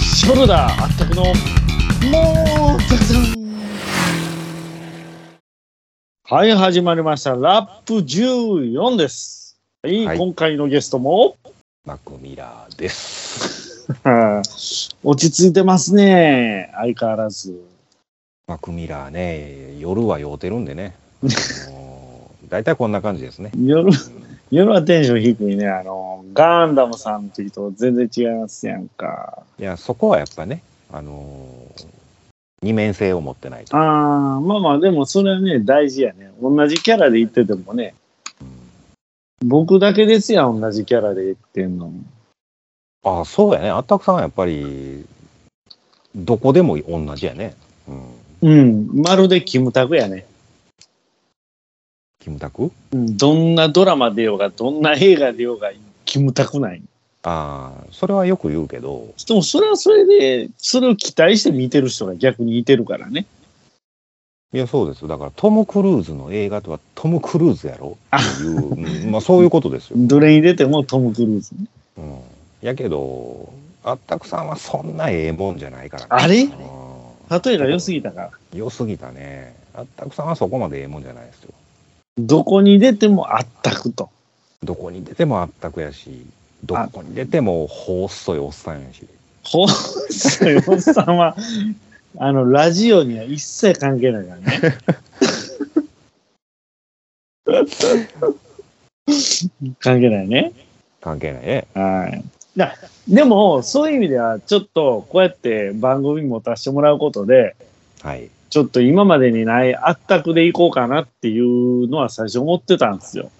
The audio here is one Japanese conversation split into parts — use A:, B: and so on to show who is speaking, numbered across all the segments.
A: ショルダー圧着の、もう、ザザンはい、始まりました。ラップ14です。はい、
B: はい
A: 今回のゲストも、
B: マクミラーです。
A: 落ち着いてますね。相変わらず。
B: マクミラーね、夜は酔うてるんでね。あのー 大体こんな感じですね。
A: 夜、 夜はテンション低いね。あの、ガンダムさんの時と全然違いますやんか。
B: いや、そこはやっぱね、あのー二面性を持ってないと。
A: ああ、まあまあ、でもそれはね、大事やね。同じキャラで言っててもね、僕だけですやん、同じキャラで言ってんの。
B: ああ、そうやね。あったくさんはやっぱり、どこでも同じやね。うん。
A: うん、まるでキムタクやね。
B: キムタク
A: うんどんなドラマ出ようが、どんな映画出ようが、キムタクない。
B: ああ、それはよく言うけど、
A: でもそれはそれで、それを期待して見てる人が逆にいてるからね。
B: いや、そうです。だからトム・クルーズの映画とはトム・クルーズやろっていう、うんまあそういうことですよ。
A: どれに出てもトム・クルーズね。
B: うんやけど、あったくさんはそんなええもんじゃないからね。
A: あれ
B: うん
A: 例えが良すぎたから。
B: 良すぎたね。あったくさんはそこまでええもんじゃないですよ。
A: どこに出てもあったくと。
B: どこに出てもあったくやし、どこに出てもほっそいおっさんやし。
A: ほう、そういうおっさんは、 あの、ラジオには一切関係ない からね。関係ないね。
B: 関係ないね。
A: はい。だでも、そういう意味では、ちょっと、こうやって番組持たせてもらうことで、
B: はい。
A: ちょっと今までにないあったくでいこうかなっていうのは最初思ってたんですよ。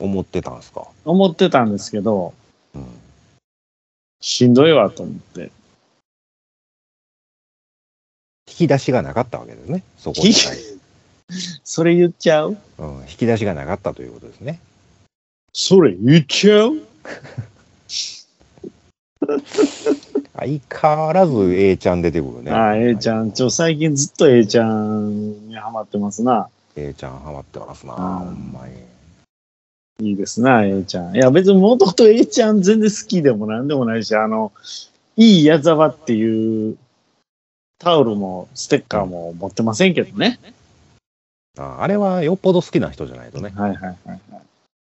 B: 思ってたんすか。
A: 思ってたんですけど、
B: うん。
A: しんどいわと思って。
B: 引き出しがなかったわけですね。そこ
A: 引
B: に。
A: き
B: はい
A: それ言っちゃう
B: うん、引き出しがなかったということですね。
A: それ言っちゃう
B: 相変わらず A ちゃん出てくるね。
A: ああ、A ちゃん、ちょ、最近ずっと A ちゃんにハマってますな。
B: A ちゃんハマってますな、
A: あー
B: ほんまに。
A: いいですな、A ちゃん。いや、別に元々 A ちゃん全然好きでもなんでもないし、あの、いい矢沢っていうタオルもステッカーも持ってませんけどね。
B: ああれはよっぽど好きな人じゃないとね、
A: はいはいはいはい。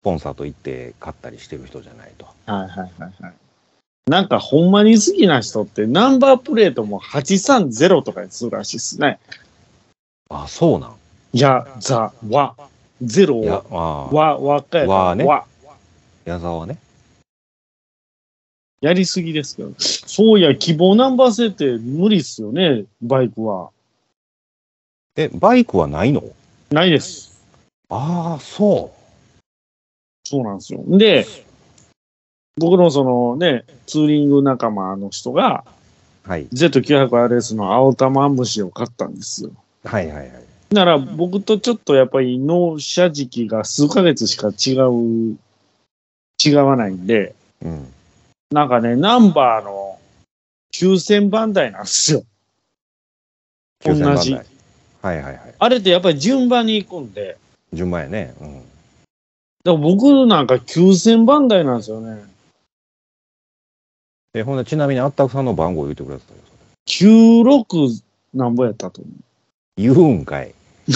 B: コンサート行って買ったりしてる人じゃないと。
A: はいはいはいはい。なんかほんまに好きな人ってナンバープレートも830とかにするらしいですね。
B: あ、そうなん。
A: 矢沢、ゼロ
B: いや
A: を、、
B: ああ、
A: わ、わっかやから
B: わね
A: わ
B: 矢沢ね。
A: やりすぎですけど。そういや、希望ナンバー制って無理っすよね、バイクは。
B: え、バイクはないの
A: ないです。
B: ああ、そ
A: そうなんですよ。で、僕のそのね、ツーリング仲間の人が
B: う。はい。
A: Z900RS の青玉アンブシを買ったんですよ。
B: はいはいはい。
A: なら僕とちょっとやっぱり納車時期が数ヶ月しか違う、違わないんで、
B: うん。
A: なんかね、ナンバーの9000番台なんですよ。同じ
B: 9000番台はいはいはい。
A: あれってやっぱり順番に行くんで、
B: 順番やね。うん。
A: だから僕なんか9000番台なんですよね。
B: え、ほんで、ちなみにあったくさんの番号言ってくださいよ。
A: 96なんぼやったと思
B: 言うんかい。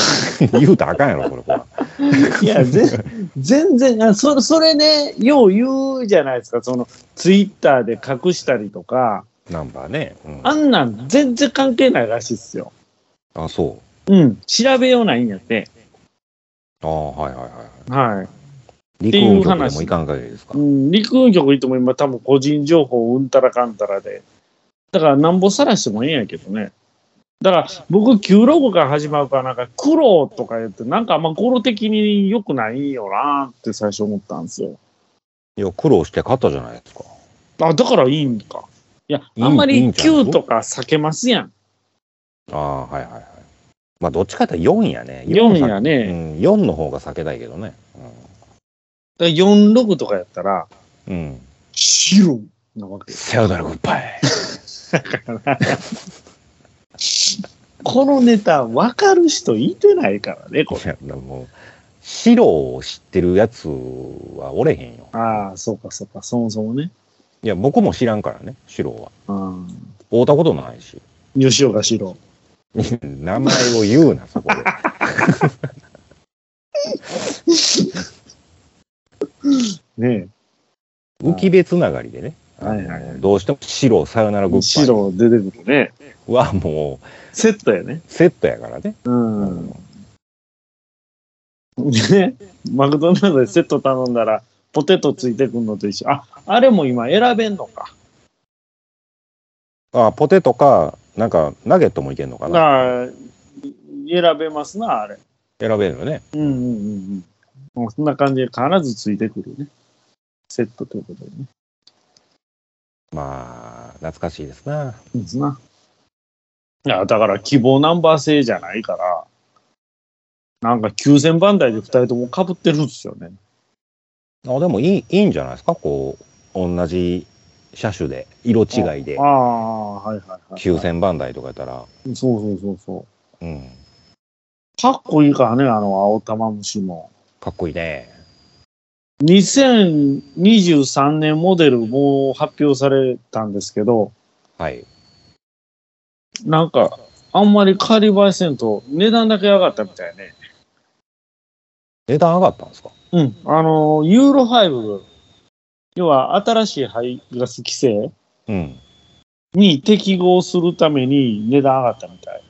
B: 言うたらあかんやろ、これ、ほら。
A: う。いや、ぜ全然あそ、それね、よう言うじゃないですか、その、ツイッターで隠したりとか、
B: ナンバーね。うん、
A: あんなん全然関係ないらしいっすよ。
B: あ、そう。
A: うん、調べようないんやって。
B: ああ、はいはいはいはい。
A: は
B: 陸運局でもいかん限りですか
A: い。う。ん、陸運局行っても今多分個人情報うんたらかんたらで。だからなんぼさらしてもええんやけどね。だから僕96から始まるからなんか苦労とか言ってなんかあんま語呂的に良くないよなって最初思ったんですよ。
B: いや、苦労して勝ったじゃないですか。
A: あ、だからいいんか。いや、
B: いい
A: あんま
B: いい
A: り
B: んちゃう
A: 9とか避けますやん。
B: ああ、はいはいはい。まあ、どっちかって4やね。
A: 4
B: さ
A: やね
B: うん、4の方が避けたいけどね。
A: だから46とかやったら、
B: うん。うん。
A: 白なわけ
B: さよなら、グッバイ。
A: このネタ分かる人いてないからね、これ。
B: いやもう、白を知ってるやつはおれへんよ。
A: ああ、そうかそうか、そもそもね。
B: いや、僕も知らんからね、白
A: う
B: は。
A: ん。
B: 会うたことないし。
A: 吉岡四郎。
B: 名前を言うな、そこ で。
A: ね
B: 浮き別つながりでね。
A: はいはいはい
B: どうしても白、さよならグ
A: え。
B: ッ
A: 四
B: バ
A: 郎出てくるね。
B: イはも
A: セットやね
B: う。セットやからね。
A: うん。ねマクドナルドでセット頼んだら、ポテトついてくんのと一緒。あ、あれも今選べんのか。
B: あポテトか、なんかナゲットもいけんのかな。
A: ああ、選べますな、あれ。
B: 選べるよね。
A: うんうんうんうん。もうそんな感じで必ずついてくるね。セットということでね。
B: まあ、懐かしいですな。
A: いいですな。いや、だから希望ナンバー制じゃないから、なんか9000番台で2人とも被ってるんですよね。
B: あでもいいいいんじゃないですか、こう、同じ車種で、色違いで
A: あ、あ、はいはいはい。
B: 9000番台とかやったら、
A: そうそうそうそう。
B: うん、
A: かっこいいからね、あの、青玉虫も。
B: かっこいいね。
A: 2023年モデルもう発表されたんですけど、
B: はい。
A: なんか、あんまり変わり映えせんと値段だけ上がったみたいね。
B: 値段上がったんですか
A: うん。あの、ユーロ5、要は新しい排ガス規制
B: うん。
A: に適合するために値段上がったみたい。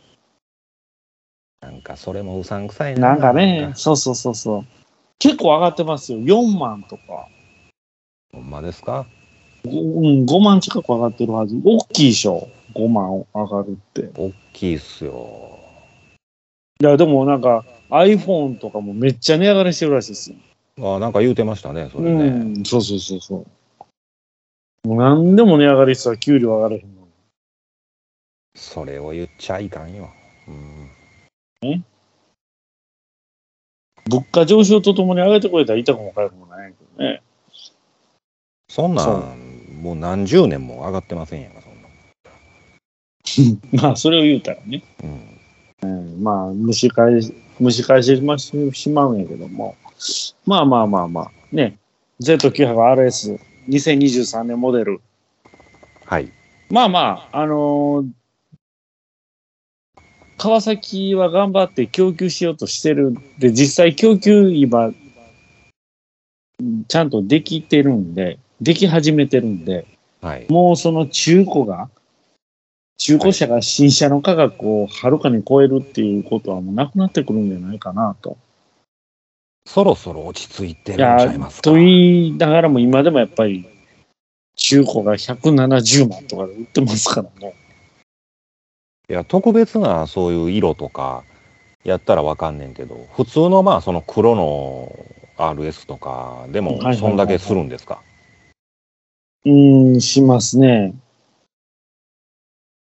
B: なんか、それもうさんくさいな。
A: なんかね、。そうそうそうそう。結構上がってますよ。4万とか。
B: ほんまですか
A: ごうん、5万近く上がってるはず。大きいでしょ。5万上がるって。
B: 大きいっすよ。
A: いや、でもなんか iPhone とかもめっちゃ値上がりしてるらしいですよ。
B: あなんか言うてましたね、それ
A: う
B: ね。
A: ん、そうそうそうそう。もう何でも値上がりしたら給料上がれへんのに。
B: それを言っちゃいかんよ。うん、
A: 物価上昇とともに上げてくれたら痛くもかゆくもないけどね。
B: そんな
A: そ
B: ん、もう何十年も上がってませんやんか、そんな。
A: まあ、それを言うたらね。
B: う
A: う
B: ん。
A: んまあ、蒸し返し、蒸し返してしましまうんやけども。まあまあまあまあ。ね。Z900RS、2023年モデル。
B: はい。
A: まあまあ、あのー川崎は頑張って供給しようとしてる。で、実際供給今、ちゃんとできてるんで、でき始めてるんで、
B: はい。
A: もうその中古が、中古車が新車の価格をはるかに超えるっていうことはもうなくなってくるんじゃないかなと。
B: そろそろ落ち着いてる
A: い
B: んちゃ
A: や
B: います、か。
A: と言いながらも今でもやっぱり中古が170万とかで売ってますからね。
B: いや特別なそういう色とかやったらわかんねんけど普通のまあその黒の RS とかで
A: はいはい
B: も
A: はい
B: そんだけするんですか、
A: うーん、しますね。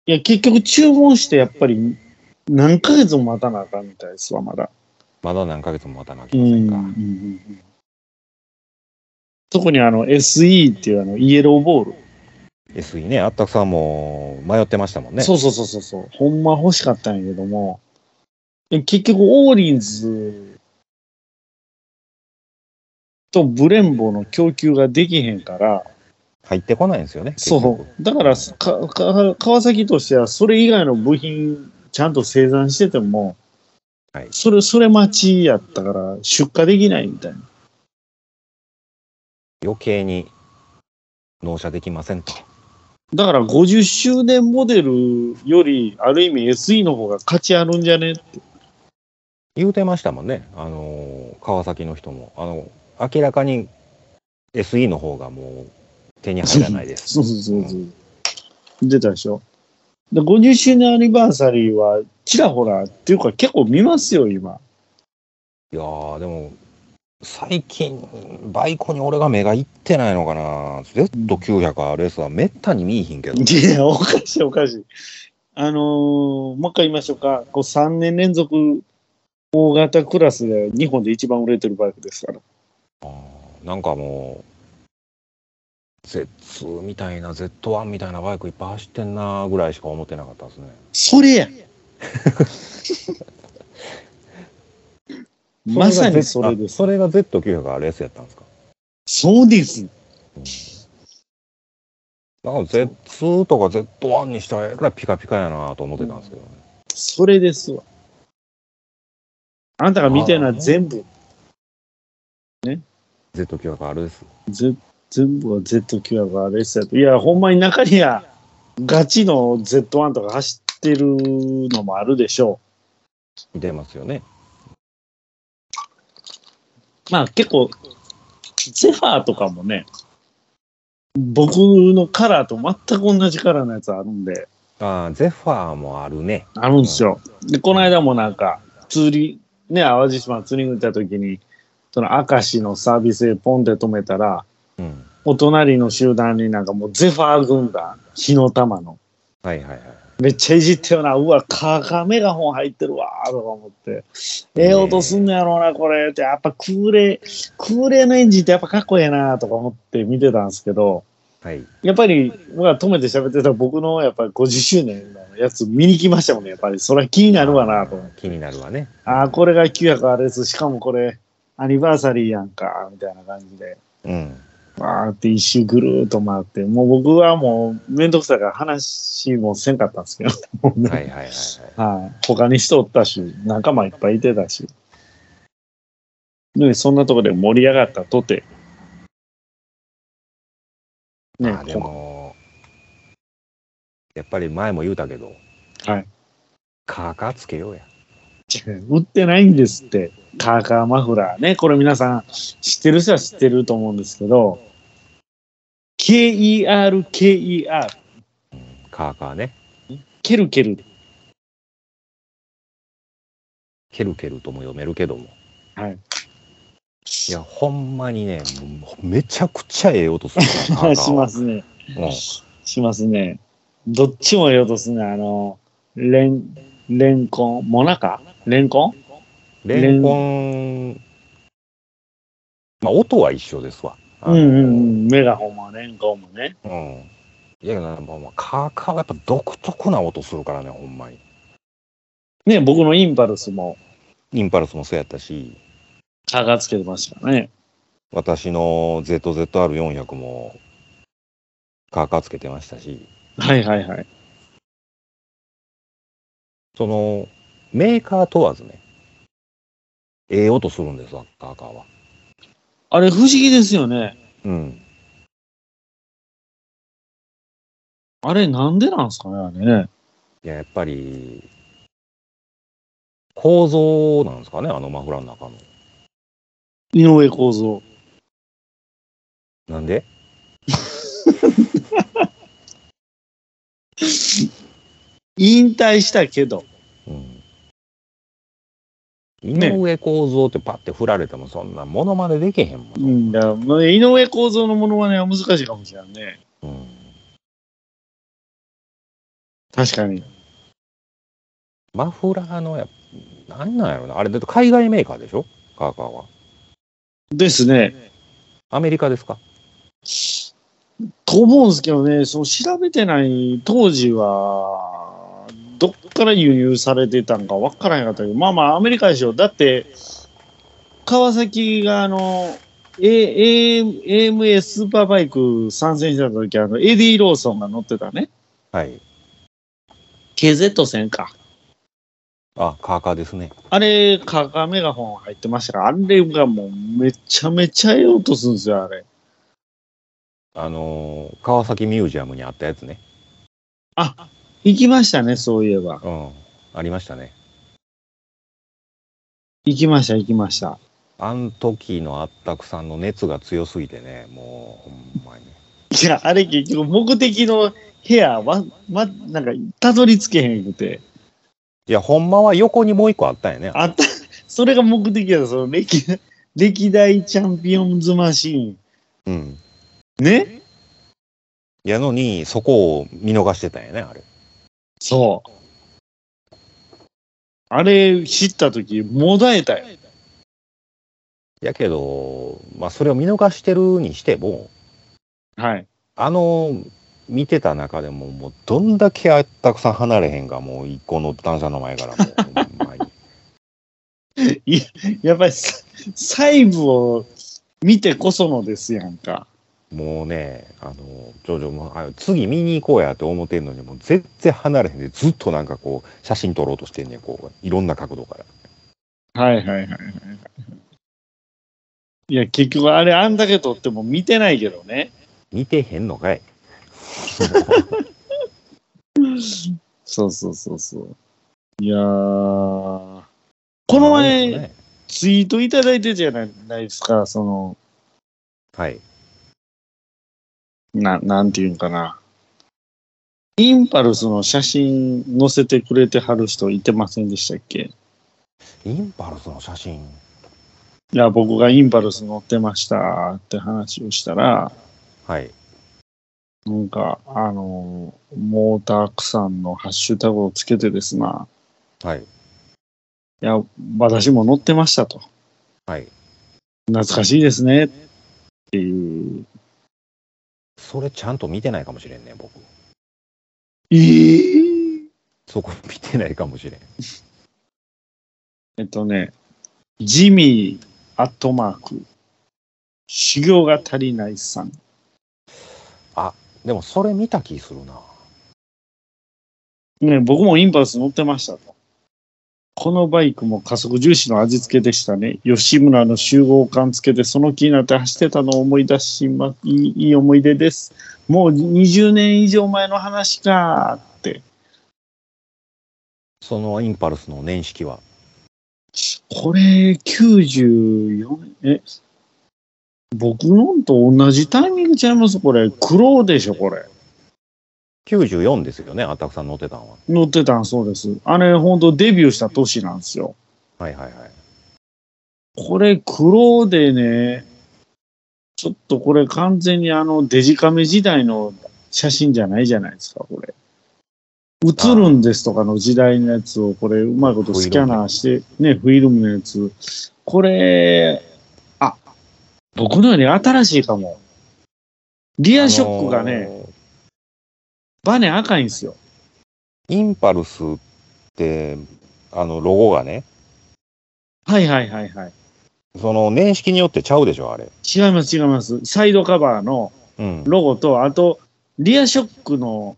A: いや、結局注文してやっぱり何ヶ月も待たなあかんみたいですわ、まだ。
B: まだ何ヶ月も待たなき
A: う
B: ゃい
A: ん
B: けま
A: う
B: せ
A: んんう
B: か、
A: ん特にあの SE っていうあのイエローボール。
B: SE ねあったくさんも迷ってましたもんね
A: そうそうそうそうそう。ほんま欲しかったんやけども。え結局、オーリンズとブレンボの供給ができへんから、
B: 入ってこないんですよね結局
A: そう。だからかか川崎としては、それ以外の部品、ちゃんと生産してても、
B: はい
A: それ、それ待ちやったから、出荷できないみたいな。
B: 余計に納車できませんと
A: だから、50周年モデルより、ある意味 SE の方が価値あるんじゃね
B: 言うてましたもんねあのー川崎の人もあの明らかに SE の方がもう手に入らない です
A: そうそうそうそう。出たでしょ。で、50周年アニバーサリーは、ちらほら、っていうか結構見ますよ、今。
B: いやーでも最近バイクに俺が目がいってないのかな Z900RS はめったに見いひんけど
A: いや、おかしい、おかしい。あのーもう一回言いましょうか。こう3年連続、大型クラスで日本で一番売れてるバイクですから。
B: なんかもう Z2 みたいな Z1 みたいなバイクいっぱい走ってんなぐらいしか思ってなかったですね
A: それやまさにそれです。
B: それが Z900RS やったんですか
A: そうです。
B: なんか Z2 とか Z1 にしたらえらいピカピカやなと思ってたんですけどね。
A: それですわ。あなたが見てるのは全部、
B: Z 規格あれです。
A: ぜ全部は Z キュアがあれしたと。いや、ほんまに中にはガチの Z1 とか走ってるのもあるでしょ
B: 出ますよね。
A: う。まあ結構、ゼファーとかもね、僕のカラーと全く同じカラーのやつあるんで、
B: ああ、ゼファーもあるね。
A: あるんですよ。で、この間もなんか、釣り、ね、淡路島釣りに行った時に、その明石のサービスでポンって止めたら、
B: うん。
A: お隣の集団になんかもうゼファー軍団、火の玉の。
B: はいはいはい。
A: めっちゃいじってよな。うわ、カーメガホン入ってるわ、とか思って。ええ音すんのやろうな、これ。って、やっぱ空冷、空冷のエンジンってやっぱかっこええな、とか思って見てたんですけど、
B: はい。
A: やっぱり、僕は止めて喋ってた僕のやっぱり50周年のやつ見に来ましたもんね。やっぱり、それは気になるわな、と思って。
B: 気になるわね。
A: ああ、これが 900RS、しかもこれ、アニバーサリーやんか、みたいな感じで。
B: うん。
A: わーって一周ぐるーっと回って、もう僕はもうめんどくさいから話もせんかったんですけど、もうね
B: はいはいはいはい。
A: はい。他に人おったし、仲間いっぱいいてたし。ね、そんなとこで盛り上がったとて。ね、
B: まあでも、やっぱり前も言うたけど、
A: はい。
B: カーカーつけようや。
A: 売ってないんですって。カーカーマフラーね。これ皆さん知ってる人は知ってると思うんですけど、K-E-R-K-E-R、
B: カーカーね。
A: ケルケル。
B: ケルケルとも読めるけども。
A: はい。
B: いや、ほんまにね、もうめちゃくちゃええ音するからカーカー
A: しま
B: は
A: すね。
B: うん
A: しますね。どっちも言おうとすね。あの、レン、レンコン、モナカレンコン
B: レンコン、まあ、音は一緒ですわ。
A: うんうんう
B: うん。
A: ん。メガホンもレンコンもね。
B: いや、なんかもう、カーカーはやっぱ独特な音するからね、ほんまに。
A: ね、僕のインパルスも
B: インパルスもそうやったし、
A: 蚊がつけてましたからね。
B: 私の ZZR400 も、カーカーつけてましたし、
A: はいはいはい。
B: その、メーカー問わずね、ええ音するんですわ、カーカーは。
A: あれ不思議ですよね。
B: うん。
A: あれなんでなんですかね、あれね。
B: いや、やっぱり、構造なんですかね、あのマフラーの中の。
A: 井上構造。
B: なんで
A: 引退したけど。
B: うん井上公造ってパッて振られてもそんなものまねできへんもん。
A: うんだ、まあ井上構造のものはね、難しいかもしれないね。
B: うん
A: 確かに。
B: マフラーのや、なんなんやろな。あれだって海外メーカーでしょカーカーは。
A: ですね。
B: アメリカですか
A: と思うんですけどね、そう調べてない当時は、どっから輸入されてたんか分からへんかったけど、まあまあアメリカでしょ。だって、川崎があの、A、A、AMA スーパーバイク参戦してた時あの、エディ・ローソンが乗ってたね。
B: はい。
A: KZ1000 か。
B: あ、カーカーですね。
A: あれ、カーカーメガホン入ってましたから、あれがもうめちゃめちゃええ音するんですよ、あれ。
B: あのー川崎ミュージアムにあったやつね。
A: 行きましたね、そういえば。
B: うん。ありましたね。
A: 行きました、行きました。
B: あん時のあったくさんの熱が強すぎてね、もう、ほんまに。
A: いや、あれ結局目的の部屋は、ま、なんか、たどり着けへんくて。
B: いや、ほんまは横にもう一個あったんやね。
A: あった、それが目的やったその歴、 歴代チャンピオンズマシーン。
B: うん。
A: ね
B: やのに、そこを見逃してたんやね、あれ。
A: そう。あれ知った時もだえたよ。
B: やけど、まあ、それを見逃してるにしても、
A: はい。
B: あの、見てた中でも、もう、どんだけあったくさん離れへんが、もう、一個の段車の前から、もう、ほんまに。
A: やっぱりさ、細部を見てこそのですやんか。
B: もうね、あの、ジョジョも、あ次見に行こうやって思ってんのに、もう全然離れへんで、ずっとなんかこう、写真撮ろうとしてんねん、こう、いろんな角度から。
A: はいはいはいはい。いや、結局あれ、あんだけ撮っても見てないけどね。
B: 見てへんのかい。
A: そうそうそうそう。いやー、この前、
B: ね
A: ツイートいただいてじゃないないですか、その、
B: はい。
A: ななんていうんかな。インパルスの写真載せてくれてはる人いてませんでしたっけ
B: インパルスの写真。
A: いや、僕がインパルス乗ってましたって話をしたら、
B: はい。
A: なんか、あの、モータークさんのハッシュタグをつけてですな、
B: はい。
A: いや、私も乗ってましたと。
B: はい。
A: 懐かしいですねっていう。
B: それちゃんと見てないかもしれんね、僕。
A: え
B: そこ見てないかもしれん。
A: えっとね、ジミー・アットマーク、修行が足りないさん。
B: でも、それ見た気するな。
A: ね、僕もインパルス乗ってましたと。このバイクも加速重視の味付けでしたね。吉村の集合感つけて、その気になって走ってたのを思い出しま、いいいい思い出です。もう20年以上前の話かって。
B: そのインパルスの年式は。
A: これ、94年、え、僕のんと同じタイミングちゃいますこれ、黒でしょ、これ。
B: 94ですよね、あたくさん乗ってたんは。
A: 乗ってたんそうです。あれ、ほんとデビューした年なんですよ。
B: はいはいはい。
A: これ黒でね、ちょっとこれ完全にあのデジカメ時代の写真じゃないじゃないですか、これ。映るんですとかの時代のやつをこれうまいことスキャナーして、ね、フィルムのやつ。これ、あ、僕のより新しいかも。リアショックがね、
B: あのー
A: バネ赤いんですよ。
B: インパルスって、あの、ロゴがね、
A: はいはいはいはい。
B: その年式によってちゃうでしょ、あれ。
A: 違います違います。サイドカバーの、
B: うん。
A: ロゴと、あと、リアショックの、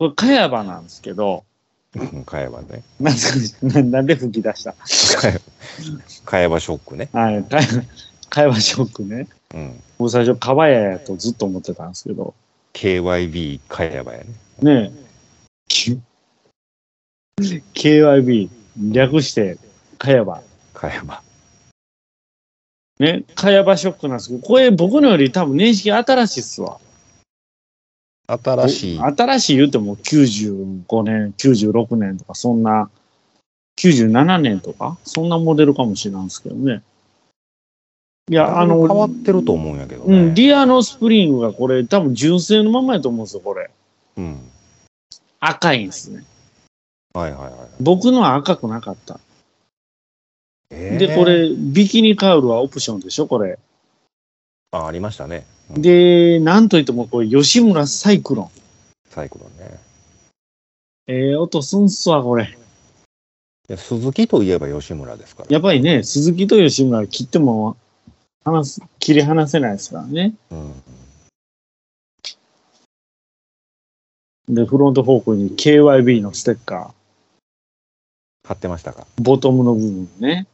A: これ、茅場なんですけど、
B: 買えばね。
A: なんかななんで吹き出した
B: 買えばショックね。
A: はい、茅茅場ショックね。
B: うん。
A: 僕最初、かばややとずっと思ってたんですけど、
B: KYB 買えばやね。
A: ねえ、き KYB、略して、茅場。
B: 買えば。
A: ね、茅場ショックなんですけど、これ僕のより多分年式新しいっすわ。
B: 新しい。
A: 新しい言うても95年、96年とか、そんな、97年とか、そんなモデルかもしれないんですけどね。いや、あ
B: だいぶ
A: の、
B: 変わってると思うんやけど
A: う
B: ね。
A: ん、リアのスプリングがこれ、多分純正のままやと思うんですよ、これ。
B: うん。
A: 赤いんですね。
B: はいはいはい。
A: 僕のは赤くなかった。
B: えー
A: で、こ。れ、ビキニカウルはオプションでしょ、これ。
B: あ、ありましたね。うん
A: で、なんといっても、これ、吉村サイクロン。
B: サイクロンね。
A: ええ音すんすわ、これ。
B: いや鈴木といえば吉村ですから。
A: やっぱりね、鈴木と吉村は切っても、話す、切り離せないですからね。
B: うん。
A: で、フロントフォークに KYB のステッカ
B: 買ってましたか
A: ー、ボトムの部分ね。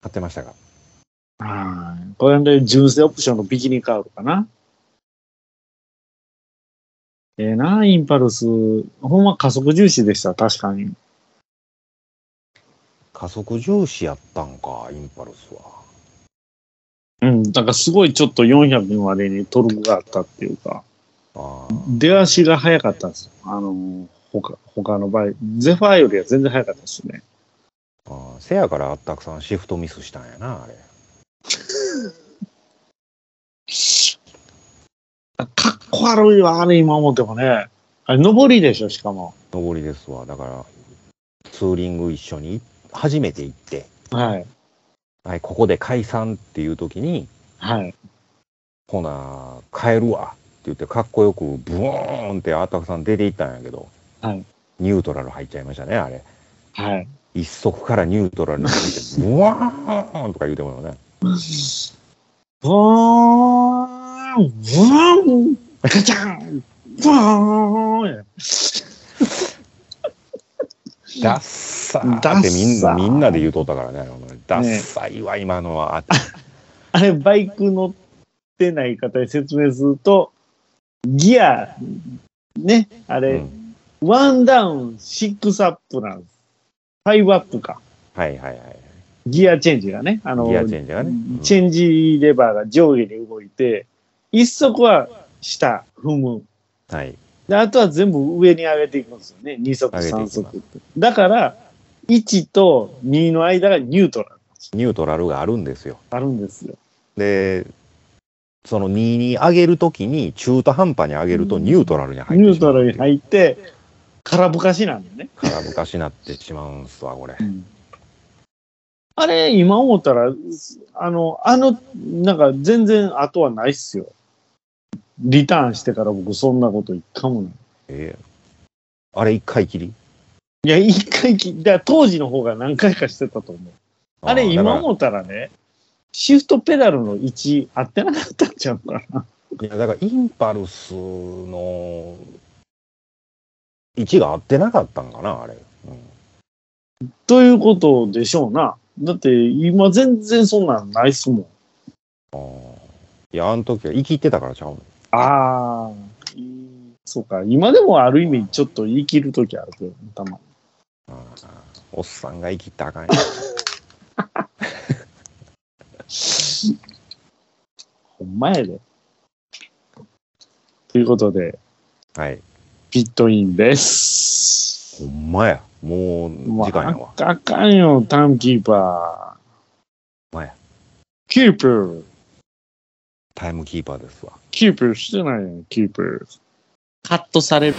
B: 買ってましたか
A: はい。これで純正オプションのビキニカールかな。ええな、インパルス。ほんま加速重視でした、確かに。
B: 加速重視やったんか、インパルスは。
A: うん、だからすごいちょっと400の割にトルクがあったっていうか、
B: あ
A: 出足が速かったんですよ。あの、他、他の場合、ゼファーよりは全然速かったですね。
B: ーあー。せやからあったくさんシフトミスしたんやな、あれ。
A: かっこ悪いわ、あれ今思ってもね。あれ、上りでしょ、しかも。
B: 上りですわ。だから、ツーリング一緒に、初めて行って、
A: はい。
B: はい、ここで解散っていう時に、
A: はい。
B: ほな、帰るわって言って、かっこよく、ブーンってあったくさん出て行ったんやけど、
A: はい
B: ニュートラル入っちゃいましたね、あれ。
A: はい。
B: 一足からニュートラルに入って、ブワーンとか言うてもらうね。
A: ボーンン、ブワン、ガチャン、ブワーンやダッ
B: ダッサー
A: サー
B: ってみんなみんなで言うとったからねあのダッサいわ今のは、
A: あれ、バイク乗ってない方に説明すると、ギア、ね、あ
B: う
A: れ、
B: ん、
A: ワンダウン、シックスアップなんです。ファイブアップか。
B: はいはいはい
A: ギアチェンジがね。あの、
B: ギアチェンジがね、うん
A: チェンジレバーが上下に動いて、一足は下、踏む。
B: はい
A: で、あとは全部上に上げていくんですよね。二足、
B: 上げていき
A: 三
B: ま
A: 足
B: す
A: って。だから、1と2の間がニュートラル
B: ニュートラルがあるんですよ
A: あるんですよ。
B: でその2に上げるときに中途半端に上げるとニュートラルに入っ
A: ニュ
B: て
A: ー
B: しま
A: ト
B: う
A: ラルに入って、空ぶかしなんだよね。
B: から昔なってしまうんすわこれ
A: あれ、今思ったら、あの、あの、なんか全然後はないっすよ。リターンしてから僕そんなこと一回もない。
B: えーあれ一回きり
A: いや、一回き、だから当時の方が何回かしてたと思う。あれ、
B: ーだか
A: 今
B: ら
A: 思ったらね、シフトペダルの位置合ってなかったんちゃうかな。
B: いやだからインパルスの位置が合ってなかったんかなあれ、うん
A: ということでしょうな。だって今全然そんなんないっすもん。
B: あーいやあの時は生きてたからちゃうの
A: ああ、そうか。今でもある意味ちょっと生きるときあるけど、たまに
B: おっさんが生きたらあかんよ
A: ほんまやで。ということで、
B: はい
A: ピットインです。
B: ほんまやもう時間やわ、
A: まあ、あかんよ、タイムキーパー。
B: お前
A: キーパー。
B: タイムキーパーですわ
A: キープしてないやん、キープ。カットされる。